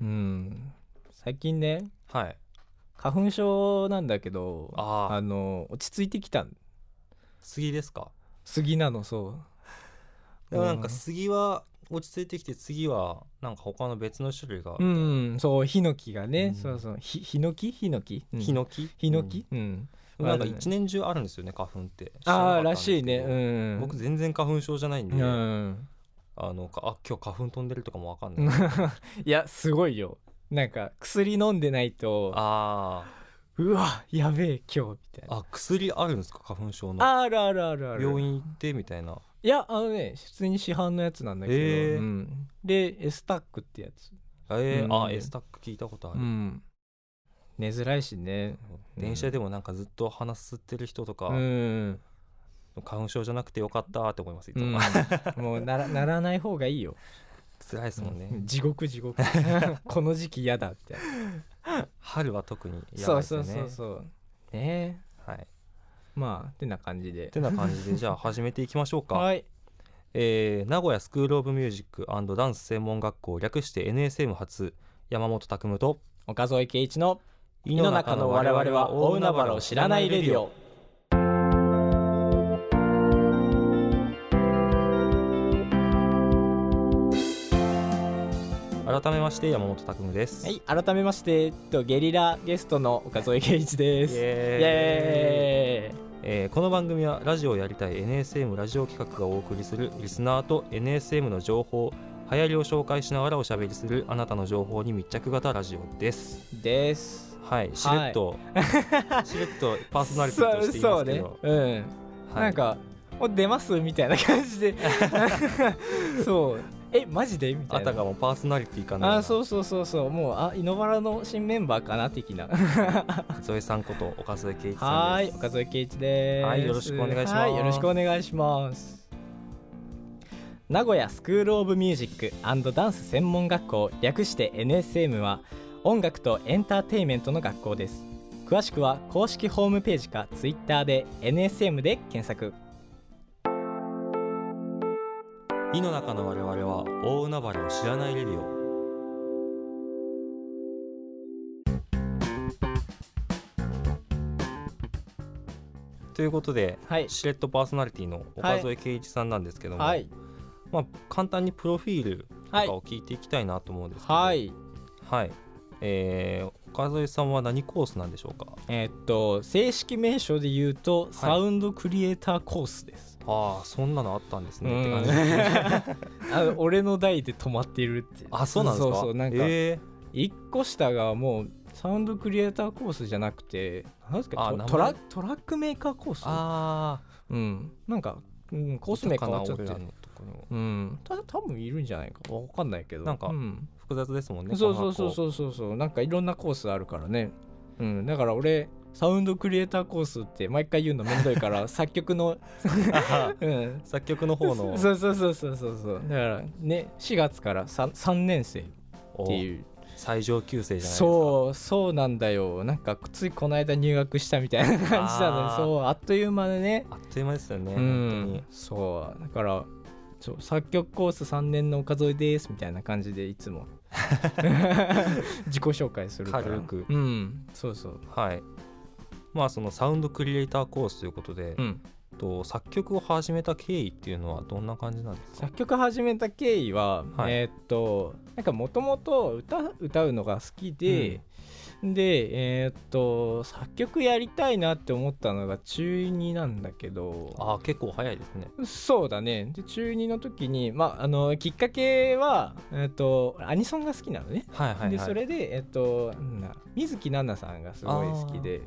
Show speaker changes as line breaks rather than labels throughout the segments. うん最近ね
はい
花粉症なんだけど
あー
の落ち着いてきた
杉ですか
杉なのそう
でもなん
う
か
ん
杉は落ち着いてきて次はなんか他の別の種類が
うん、そうヒノキがね、
うん
そうそうひヒノキヒノキ、うん
ヒノキ
ヒノキ、うん
うんなんか一年中あるんですよね花粉って
ああらしいね
知らなかったんで
う
すけ
ん
ど僕全然花粉症じゃないんで、
うん、
あのかあ今日花粉飛んでるとかもわかんな い
いやすごいよなんか薬飲んでないと
あ
うわやべえ今日みたい
ー
な
あ薬あるんですか花粉症の
ああるあるあるある
病院行ってみたいない
やあのね普通に市販のやつなんだけど、
へー
うん、でエスタックってやつ、
えー
うん
あエスタック聞いたことある、
ん、寝づらいしね
電車でもなんかずっと鼻すってる人とか、
うん、
花粉症じゃなくてよかったって思いますいつ
う
も、
んもうならならない方がいいよ
辛いですもんね、
うん地獄地 獄この時期嫌だって
春は特にやばい
そう
です
そ
よ
う
ね
そうそうね
はい
まあてな感じで
てな感じでじゃあ始めていきましょう か、
はい
えー名古屋スクール・オブ・ミュージックダンス専門学校略して NSM 初山本拓夢と
岡添圭一の「井の中の我々は大海原を知らないレディオ」
改めまして山本拓夢です、
はい改めましてえっとゲリラゲストの岡添圭一です
イ
イ
エーイ
エーイ
えーこの番組はラジオをやりたい NSM ラジオ企画がお送りするリスナーと NSM の情報流行りを紹介しながらおしゃべりするあなたの情報に密着型ラジオです
です
はいしれっと、しれっとパーソナリティとしてい
そ
ま
う
すけど
そうねうん、
はい
なんか「お出ます」みたいな感じ でそう「えマジで?」みた
あ
いな
たかもパーソナリティかのよう
あ
な
ーそうそうそうそうもうあ井ノ原の新メンバーかな的 な
ゾエさんこと岡添圭一
は
さん
ー
で
い
す
岡添圭一です
はいよろしくお願いします
はよろしくお願いします名古屋スクール・オブ・ミュージックダンス専門学校略して NSM は音楽とエンターテインメントの学校です詳しくは公式ホームページか Twitter で NSM で検索
井の中の我々は大海原を知らないレディオということで、
はい
しれっとパーソナリティの岡添圭一さんなんですけども、
はい
まあ、簡単にプロフィールと
は
か
い
を聞いていきたいなと思うんですけど、
はい
はいえー岡添さんは何コースなんでしょうか
えーっと正式名称で言うと、サウンドクリエイターコースです
ああそんなのあったんですねって
うん
感じですね
あの俺の代で止まっているって
あそうなんですか
そうそうなんか
え
一個下がもうサウンドクリエイターコースじゃなくて何です
あ
か
名
ト
前
トラトラックメーカーコー
ー、
ス
ああ
うんなんか、うん、コース名変わっちゃって
俺ら
る
のとこにも
うんた多分いるんじゃないかわかんないけど
なんか
うん
複雑ですもんね
そうそうそう
う
そうそうそうなんかいろんなコースあるからねうんだから俺サウンドクリエイターコースって毎回言うのめんどい から作曲の、うん、
作曲の方の
そうそうそうそうそうそうだからね4月から 3, 三年生っ
お
ていう
最上級生じゃないですか
そうそうなんだよなんかついこの間入学したみたいな感じなの
あー
にそうあっという間でね
あっという間ですよね、
うんそうだからそう作曲コース3年の岡添ですみたいな感じでいつ も自己紹介するから
軽く
うんそうそう
本当にはいまあそのサウンドクリエイターコースということで、
うん
と作曲を始めた経緯っていうのはどんな感じなんですか
作曲始めた経緯は、
はい
えーっとなんかもともと歌歌うのが好きで、でえーっと作曲やりたいなって思ったのが中2なんだけど
ああ結構早いですね
そうだねで中2の時に、まあ、あのきっかけは、えーっとアニソンが好きなのね、
はいはいはい
でそれで、えーっとなんだ水木奈々さんがすごい好きで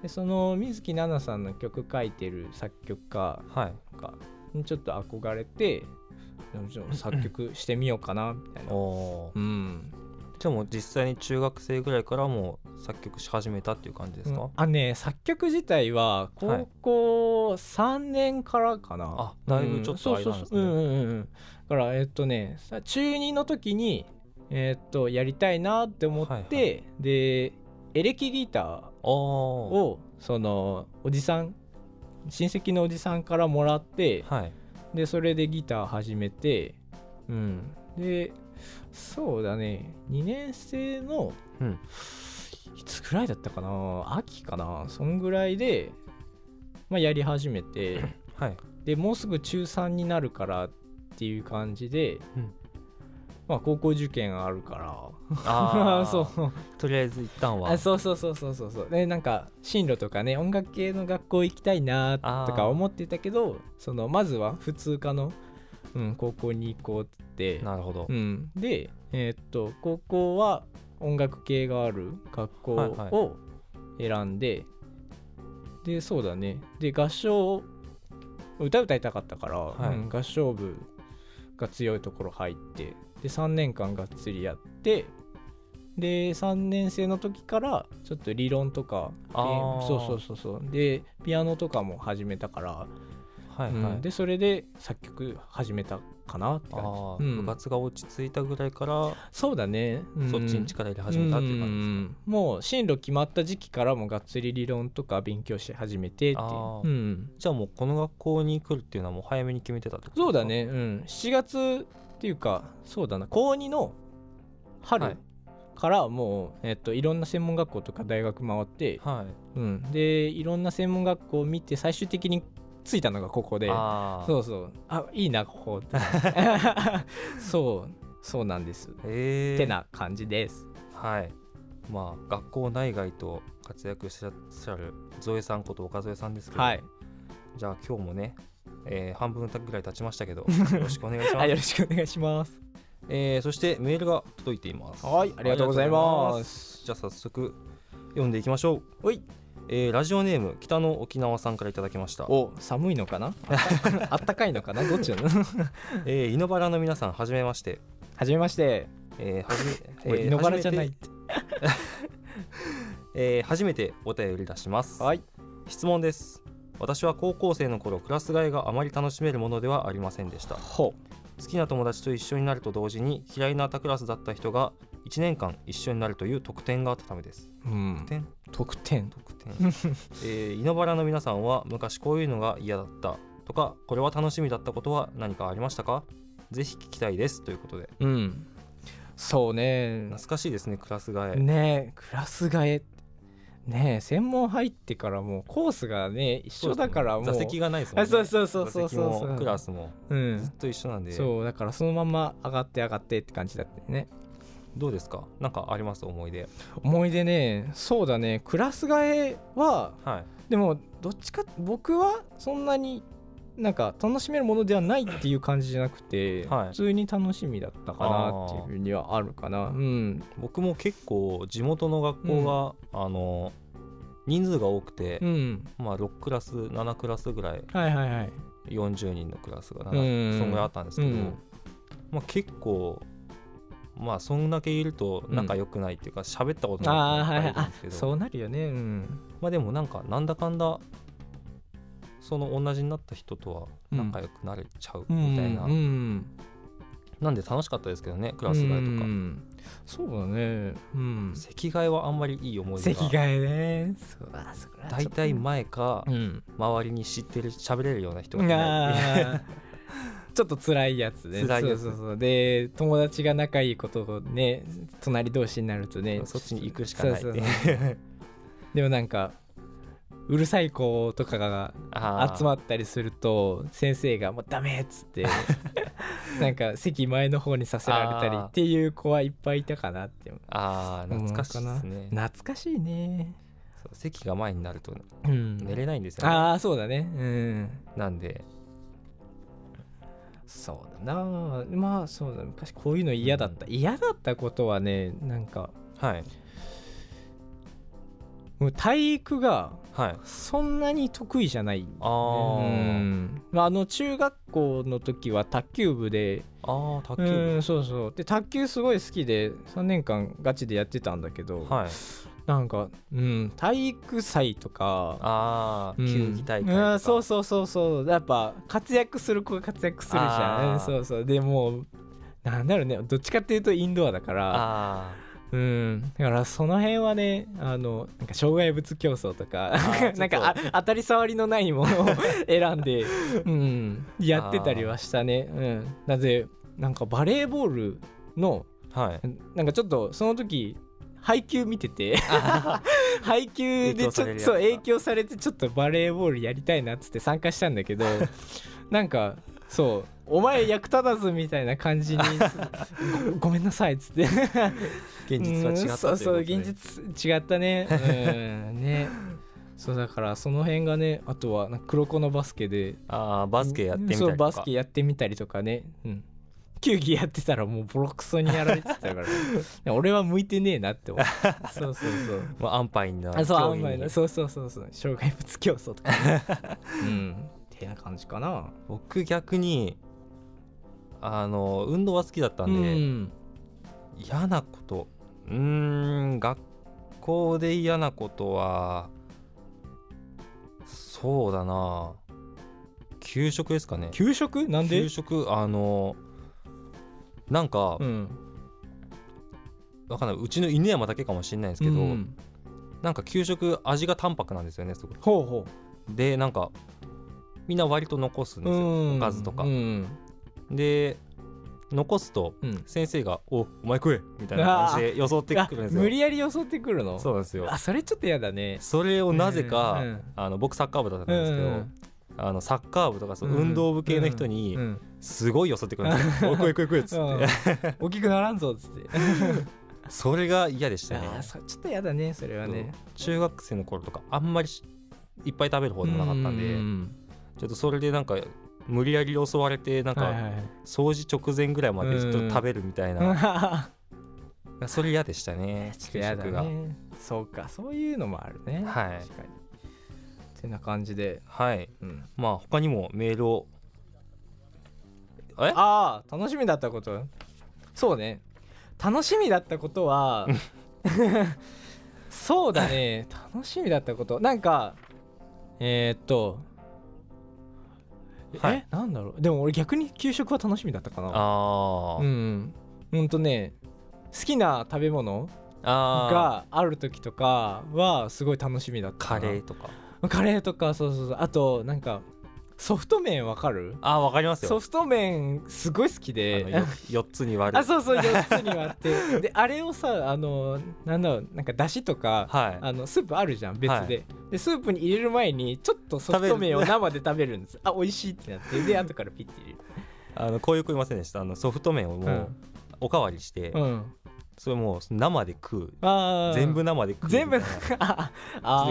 でその水木奈々さんの曲書いてる作曲家
はい
なんかちょっと憧れてでもちょっと作曲してみようかなみたいな
お。おー
うん、
じゃあもう実際に中学生ぐらいからもう作曲し始めたっていう感じですか、
あね作曲自体は高校3年からかな、
あだいぶちょっと
うん
間
そう
な
そう
んです
そう
ね、
うんうんうんだからえっとねさ中2の時にえっとやりたいなって思って、
はいは
でエレキギター
おお
をそのおじさん親戚のおじさんからもらって、
はい
でそれでギター始めてうんでそうだね2年生の、
うん
いつぐらいだったかな秋かなそんぐらいで、まあ、やり始めて
はい
でもうすぐ中3になるからっていう感じで、
うん
まあ高校受験があるから
あ あ
そう
とりあえず一旦は
あそうそうそうそうそうそうでなんか進路とかね音楽系の学校行きたいな
あー
とか思ってたけどそのまずは普通科の、うん、高校に行こうって
なるほど、
うん、で、えーっと高校は音楽系がある学校
はいはい
を選んで、でそうだねで合唱歌歌いたかったから、
はい
うん合唱部が強いところ入ってで3年間がっつりやってで3年生の時からちょっと理論とか
あー
でそうそうそうそうでピアノとかも始めたから、
はいはい、
うんでそれで作曲始めたかなって
あ
感じ
ー
うん
部活が落ち着いたぐらいから
そうだね、うん
そっちに力入れ始めたっていう
う
感
んもう進路決まった時期からもがっつり理論とか勉強し始めてっていう
あ
う
ー
ん
じですか、じゃあもうこの学校に来るっていうのはもう早めに決めてたってことですか
そうだね、うん、7月っていうかそうだな高2の
は
春
い
からもう、いえっと、いろんな専門学校とか大学回って、
はい
うん、でいろんな専門学校を見て最終的に着いたのがここで
ああ
そうそうあいいなこ こってそうそうなんです、
えー、
てな感じです
はいまあ学校内外と活躍してらっしゃるゾエさんこと岡添さんですけど、
はい
じゃあ今日もね、えー半分ぐらい経ちました けどよろしくお願いしま
あよ
す
ろ、しくお願いします
えーそしてメールが届いています
はい、ありがとうございま。
ありがとうございますすじゃあ早速読んでいきましょう
おい、
えーラジオネーム北の沖縄さんからいただきました、
お、寒いのかな。 あったかいのか な、どっちなの。
えー、イノバラの皆さんはじめまして、
はじめまして。
えーはじめ
これ、
えー
イノバラじゃないっ
初めて
て。
えー初めてお便り出します、
はい、
質問です私は高校生の頃クラス替えがあまり楽しめるものではありませんでした
ほ
好きな友達と一緒になると同時に嫌いな他クラスだった人が1年間一緒になるという特典があったためです
う。うん
特。典
得点。
特典えー、稲原の皆さんは昔こういうのが嫌だったとかこれは楽しみだったことは何かありましたかぜひ聞きたいですということで
うん。そうね。
懐かしいですねクラス替え、
ねえ、クラス替え。ねえ、専門入ってからもうコースがね、一緒だからもう。
座席がないですもん
あ
ね
そうそうそうそうそう
座席もクラスも
う
ずっ
ん。
と一緒なんで、
そう、だからそのまま上がって上がってって感じだったよね。
どうですかなんかあります思い出
思い出ね、そうだね、クラス替えは
はい
でもどっちか僕はそんなになんか楽しめるものではないっていう感じじゃなくて、
はい
普通に楽しみだったかなっていうふうにはあるかなうん
僕も結構地元の学校が、あの人数が多くて、
うん
まあ、6クラス7クラスぐらい
はいはいはい
40人のクラスが
うん
7そんぐらいあったんですけど、
うん
まあ、結構まあそんだけいると仲良くないっていうか喋、ったこと
あ
ない
ー
人
はいはい
が
い
るん
あ
ですけど
そうなるよねうん
まあ、でもなんかなんだかんだその同じになった人とは仲良くなれちゃうみたいな、
うんうん
なんで楽しかったですけどねクラス替えとか、
うんそうだねうん
席替えはあんまりいい思い出
席
が
替えねそうあそこら
大体前か
うん
周りに知ってる喋れるような人がいない
あーちょっと辛いやつね
辛いやつ
そうそうそうで友達が仲いいことをね隣同士になるとね
そっちに行くしかない
そうそうそうでもなんかうるさい子とかが
あー
集まったりすると先生が「もうダメ!」っつって なんか席前の方にさせられたりっていう子はいっぱいいたかなって
あー懐かしいですね
懐かしいね
そう席が前になると
うん
寝れないんですよ、ね
ああそうだねうん
なんで
そうだなあまあそうだ昔こういうの嫌だった、嫌だったことはねなんか
はい
もう体育が
はい
そんなに得意じゃない
あー、
うんまあ、あの中学校の時は卓球部で
あー卓球
う
部
んそうそうで卓球すごい好きで3年間ガチでやってたんだけど、
はい
なんか、うん、体育祭とか
あー球技大会
う
と
ん
か、
うんそうそうそうそうやっぱ活躍する子が活躍するじゃん、
あー
うんそうそうでもうなんだろうねどっちかっていうとインドアだから
あ
うんだからその辺はねあのなんか障害物競争とか
ー
なん
ちょ
か
っ
あ当たり障りのないも のを選んで、うん、やってたりはしたね、うん、なぜなんかバレーボールの
はい
なんかちょっとその時配給見てて 配給でちょっ
影響されるや
と
つ
そう影響されてちょっとバレーボールやりたいなっつって参加したんだけ どなんかそうお前役立たずみたいな感 じにごごめんなさいっつってう
現実は違ったということで、
んそうそう現実違ったねうんねそうだからその辺がねあとはなんか黒子のバスケで
ああバスケやってみたりと
そ
か
うバスケやってみたりとかねうん球技やってたらもうボロクソにやられてたから でも俺は向いてねえなって思うそうそうそう
まあ、安牌な
あそうあ
競
ん
技
まり
に
なそうそうそうそう障害物競争とか、 うんってな感じかな
僕逆にあの運動は好きだったんで、
うん
嫌なことうーん学校で嫌なことはそうだな給食ですかね
給食なんで
給食あのなんか、
うん
わかんないうちの犬山だけかもしれないんですけど、
うん
なんか給食味が淡白なんですよねすごい
ほうほ
でなんかみんな割と残すん
う
ですよ、
うん
おかずとか
う、ん
で残すと
うん
先生が「おお前食え」みたいな感じでよそってくるんですよ
あ無理やり襲ってくるの
そうなんですよ
あそれちょっとやだね
それをなぜか、
うんうん
あの僕サッカー部だったんですけど、
うん
あのサッカー部とかそう
うん
運動部系の人に
うんうん
すごいよそってくるんです よ「おい食え食え食え」っつって、
大きくならんぞっつって
それが嫌でしたね
あーそちょっとやだねそれはね
中学生の頃とかあんまりしいっぱい食べる方でもなかったんで、
うん
ちょっとそれでなんか無理やり襲われてなん
はいは
か
い
掃除直前ぐらいまでちょっと食べるみたいな、
はい
それ嫌でしたね
ちょっと
給
やだ
食が。
ねそうかそういうのもあるね
はい
確かにてな感じで
はい
うん
まあ他にもメールをえ
ああ楽しみだったことそうね楽しみだったことは そうだね楽しみだったことなんかえー、っと、
は
え
い
なんだろうでも俺逆に給食は楽しみだったかな
あー、
うんほんとね好きな食べ物
あー
がある時とかはすごい楽しみだった
カ
かな
レーとか
カレーとかそうそうそうあとなんかソフト麺わかる
あーわかりますよ
ソフト麺すごい好きで
あのよ四つに割る
あそうそう4つに割って であれをさあのなんだろうなんかだしとか、
はい
あのスープあるじゃん別で,、
はい
でスープに入れる前にちょっとソフト麺を生で食べるんですあ美味しいってなってで後からピッて入
あのこういう子いませんでしたあのソフト麺をも
れる
うおかわりして、
うん、うん、
それもう生で食う
あー
全部生で食うみたい
全
な
部
ちょっ
あ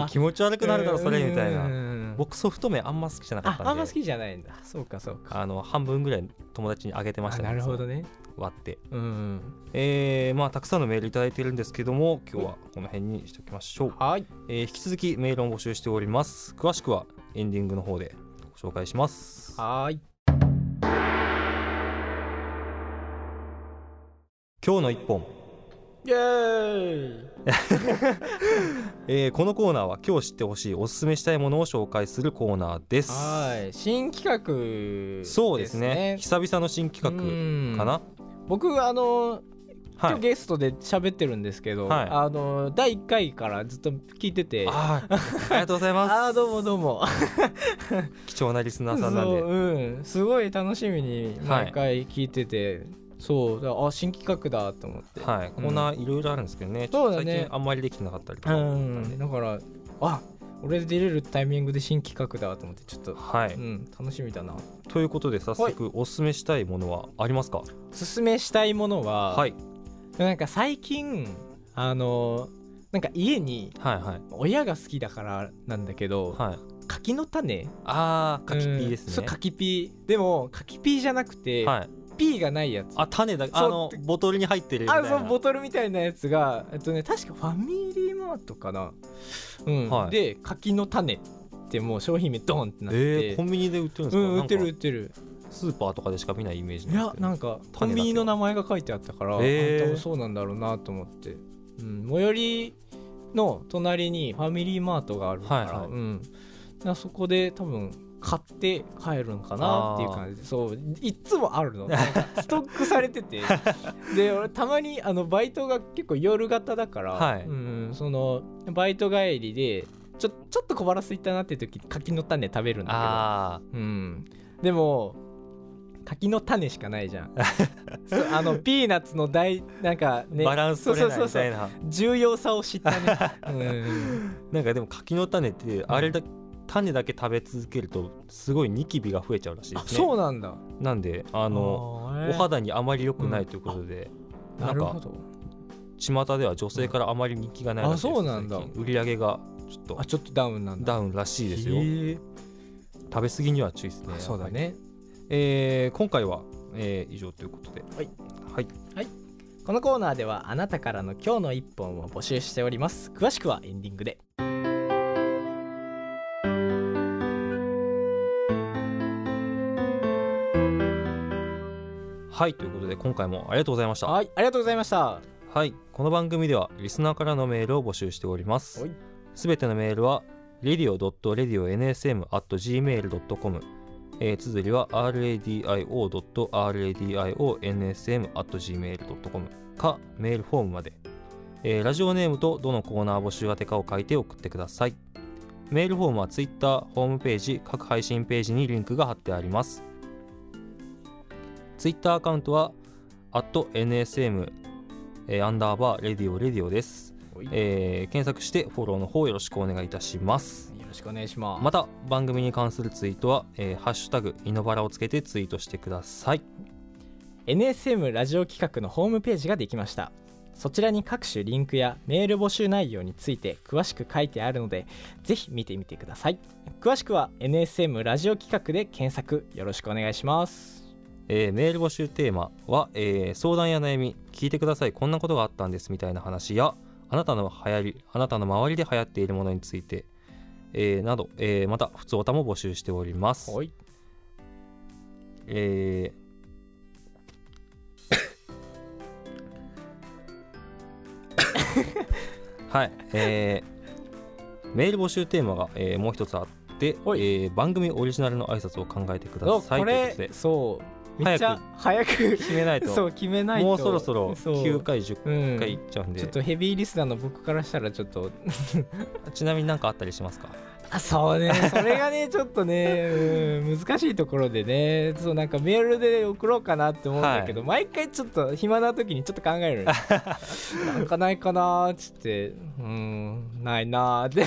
と気持ち悪くなるだろそれみたい
うんうん
な
うんうん
僕ソフト麺あんま好きじゃなかっ
あ
たんで
あんま好きじゃないんだそうかそうか
あの半分ぐらい友達にあげてました
あなるほど
ね
ね
割って
うん
えー、まあたくさんのメールいただいてるんですけども今日はこの辺にしておきましょう
はい
えー引き続きメールを募集しております詳しくはエンディングの方でご紹介します
はい
今日の一本、
イエーイ
えーこのコーナーは今日知ってほしいおすすめしたいものを紹介するコーナーです
はい新企画
そうですね久々の新企
企
画かな
僕あの今
は
日
い
ゲストで喋ってるんですけど、
はい
あの第1回からずっと聞いててあ
あーありがとうございま
あー
す
どうもどうも
貴重なリスナー
そ
さんなんで
う、うん、すごい楽しみに毎回聞いてて、そうだあ新企画だと思って、
はい、コーナーいろいろあるんですけどね、ち
そ
ょ
う
っ
だ
と最
ね
近あんまりできてなかったりと
う
かもあったん
ん
で、
だからあ俺出れるタイミングで新企画だと思ってちょっと、
は
う
い、
ん、楽しみだな
ということで早速おすすめしたいものはありますか
おすすめしたいものは、
はい
なんか最近あのなんか家に
はいはい
親が好きだからなんだけど、
はい
柿の種
あー柿ピーで
うん
す
そう
ね、
柿ピーでも柿ピーじゃなくて、
はい
ピーがないやつ
あ種だあのボトルに入ってるみたい
あ
な
そうボトルみたいなやつがえっとね確かファミリーマートかな、うん
はい
で柿の種ってもう商品名ドンってなっ
え
て、
ー、コンビニで売ってるんです
う
か,、
ん売ってる売っ
なんか
てる
スーパーとかでしか見ないイメージ
いやなん
か
か
ど
コンビニの名前が書いてあったから、
へー
あ多分そうなんだろうなと思って、うん、最寄りの隣にファミリーマートがあるから、
はいはい
うん、だそこで多分買って帰るんかなっていう感じでそういっつもあるのなんか ストックされててで俺たまにあのバイトが結構夜型だから、
はい
うん、そのバイト帰りでちょちょっと小腹空いたなって時柿の種食べるんだけど
あ
うん、でも柿の種しかないじゃ んそうあのピーナッツの大なんかね
バランス取れない
そう
み
そうそ
た
う
いな
重要さを知ったね、 うん、
なんかでも柿の種ってあれだ、種だけ食べ続けるとすごいニキビが増えちゃうらしいで
あ
すね
そうなんだ
なんであ
あ
のお
お
肌にあまり良くないということで、な
なんるほ
か
ど
巷では女性からあまり人気がないらしいです
あそうなんだ
最近売り上げがちょっと
あちょっとダウンなんだ
ダウンらしいですよ
へえ
食べ過ぎには注意ですね
あそうだね
えー今回は、えー以上ということで
はい、
はい
このコーナーではあなたからの今日の一本を募集しております詳しくはエンディングで
はいということで今回もありがとうございました
はいありがとうございました
はいこの番組ではリスナーからのメールを募集しております
はい
すべてのメールは radio.radio.nsm.gmail.com えー、綴りは radio.radio.nsm.gmail.com かメールフォームまで、えーラジオネームとどのコーナー募集宛てかを書いて送ってくださいメールフォームは Twitter ホームページ各配信ページにリンクが貼ってあります Twitter アカウントは @nsm えーアンダーバーレディオレディオです、
よ
えー検索してフォローの方よろしくお願いいたします
ろしくお願いします
また番組に関するツイートは「えーハッシュタグイノバラ」をつけてツイートしてください
NSM ラジオ企画のホームページができましたそちらに各種リンクやメール募集内容について詳しく書いてあるのでぜひ見てみてください詳しくは NSM ラジオ企画で検索よろしくお願いします
えーメール募集テーマは、えー相談や悩み聞いてくださいこんなことがあったんですみたいな話やあなたの流行りあなたの周りで流行っているものについて、えーなど、えーまた普通おたも募集しております、
はい
え ーはい、えーメール募集テーマが、えーもう一つあって、え
おい
ー番組オリジナルの挨拶を考えてくだ
そう
さい
こと
いう
れ
こ
そうめっちゃ早く
とで決めないと
そう決めないと
もうそろそろ
そう
9回10
うん
回いっちゃうんで、
ちょっとヘビーリスナーの僕からしたらちょっと
ちなみに何かあったりしますか
あそう ねそれがねちょっとね、うん、難しいところでねそうなんかメールで送ろうかなって思うんだけど、毎回ちょっと暇な時にちょっと考える のなんかないかなーっつってうーんないなー って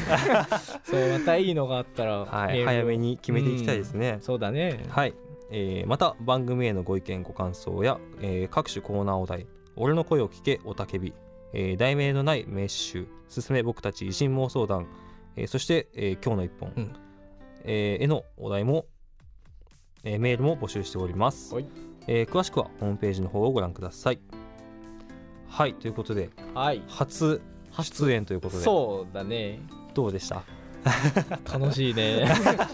そうまたいいのがあったら、
はい
メールを
早めに決めていきたいですね、
そうだね
はい、えーまた番組へのご意見ご感想や、えー各種コーナーお題「俺の声を聞けおたけび」えー題名のない名集「すすめ僕たち偉人妄想談」えーそして、えー今日の一本」
うん
えーへのお題も、えーメールも募集しております
はい、
えー詳しくはホームページの方をご覧くださいはいということで
はい
初出演ということで
そうだね
どうでした
楽しい ね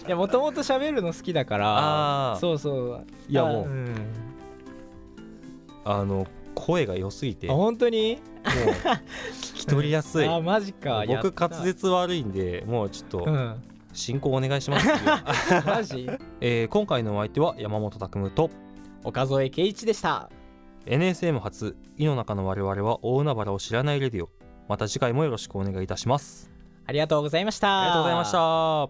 いやもともと喋るの好きだから
あー
そうそう
いや
あ
もうんあの声が良すぎて
あ
もう
本当に
聞き取りやすい
あマジかやっ
僕
た
滑舌悪いんでもうちょっ
う
と
ん
進行お願いしますよ、
マジ
えー今回のお相手は山本拓夢と
岡添圭一でした。
NSM 初井の中の我々は大海原を知らないレディオまた次回もよろしくお願いいたします
ありがとうございました。
ありがとうございました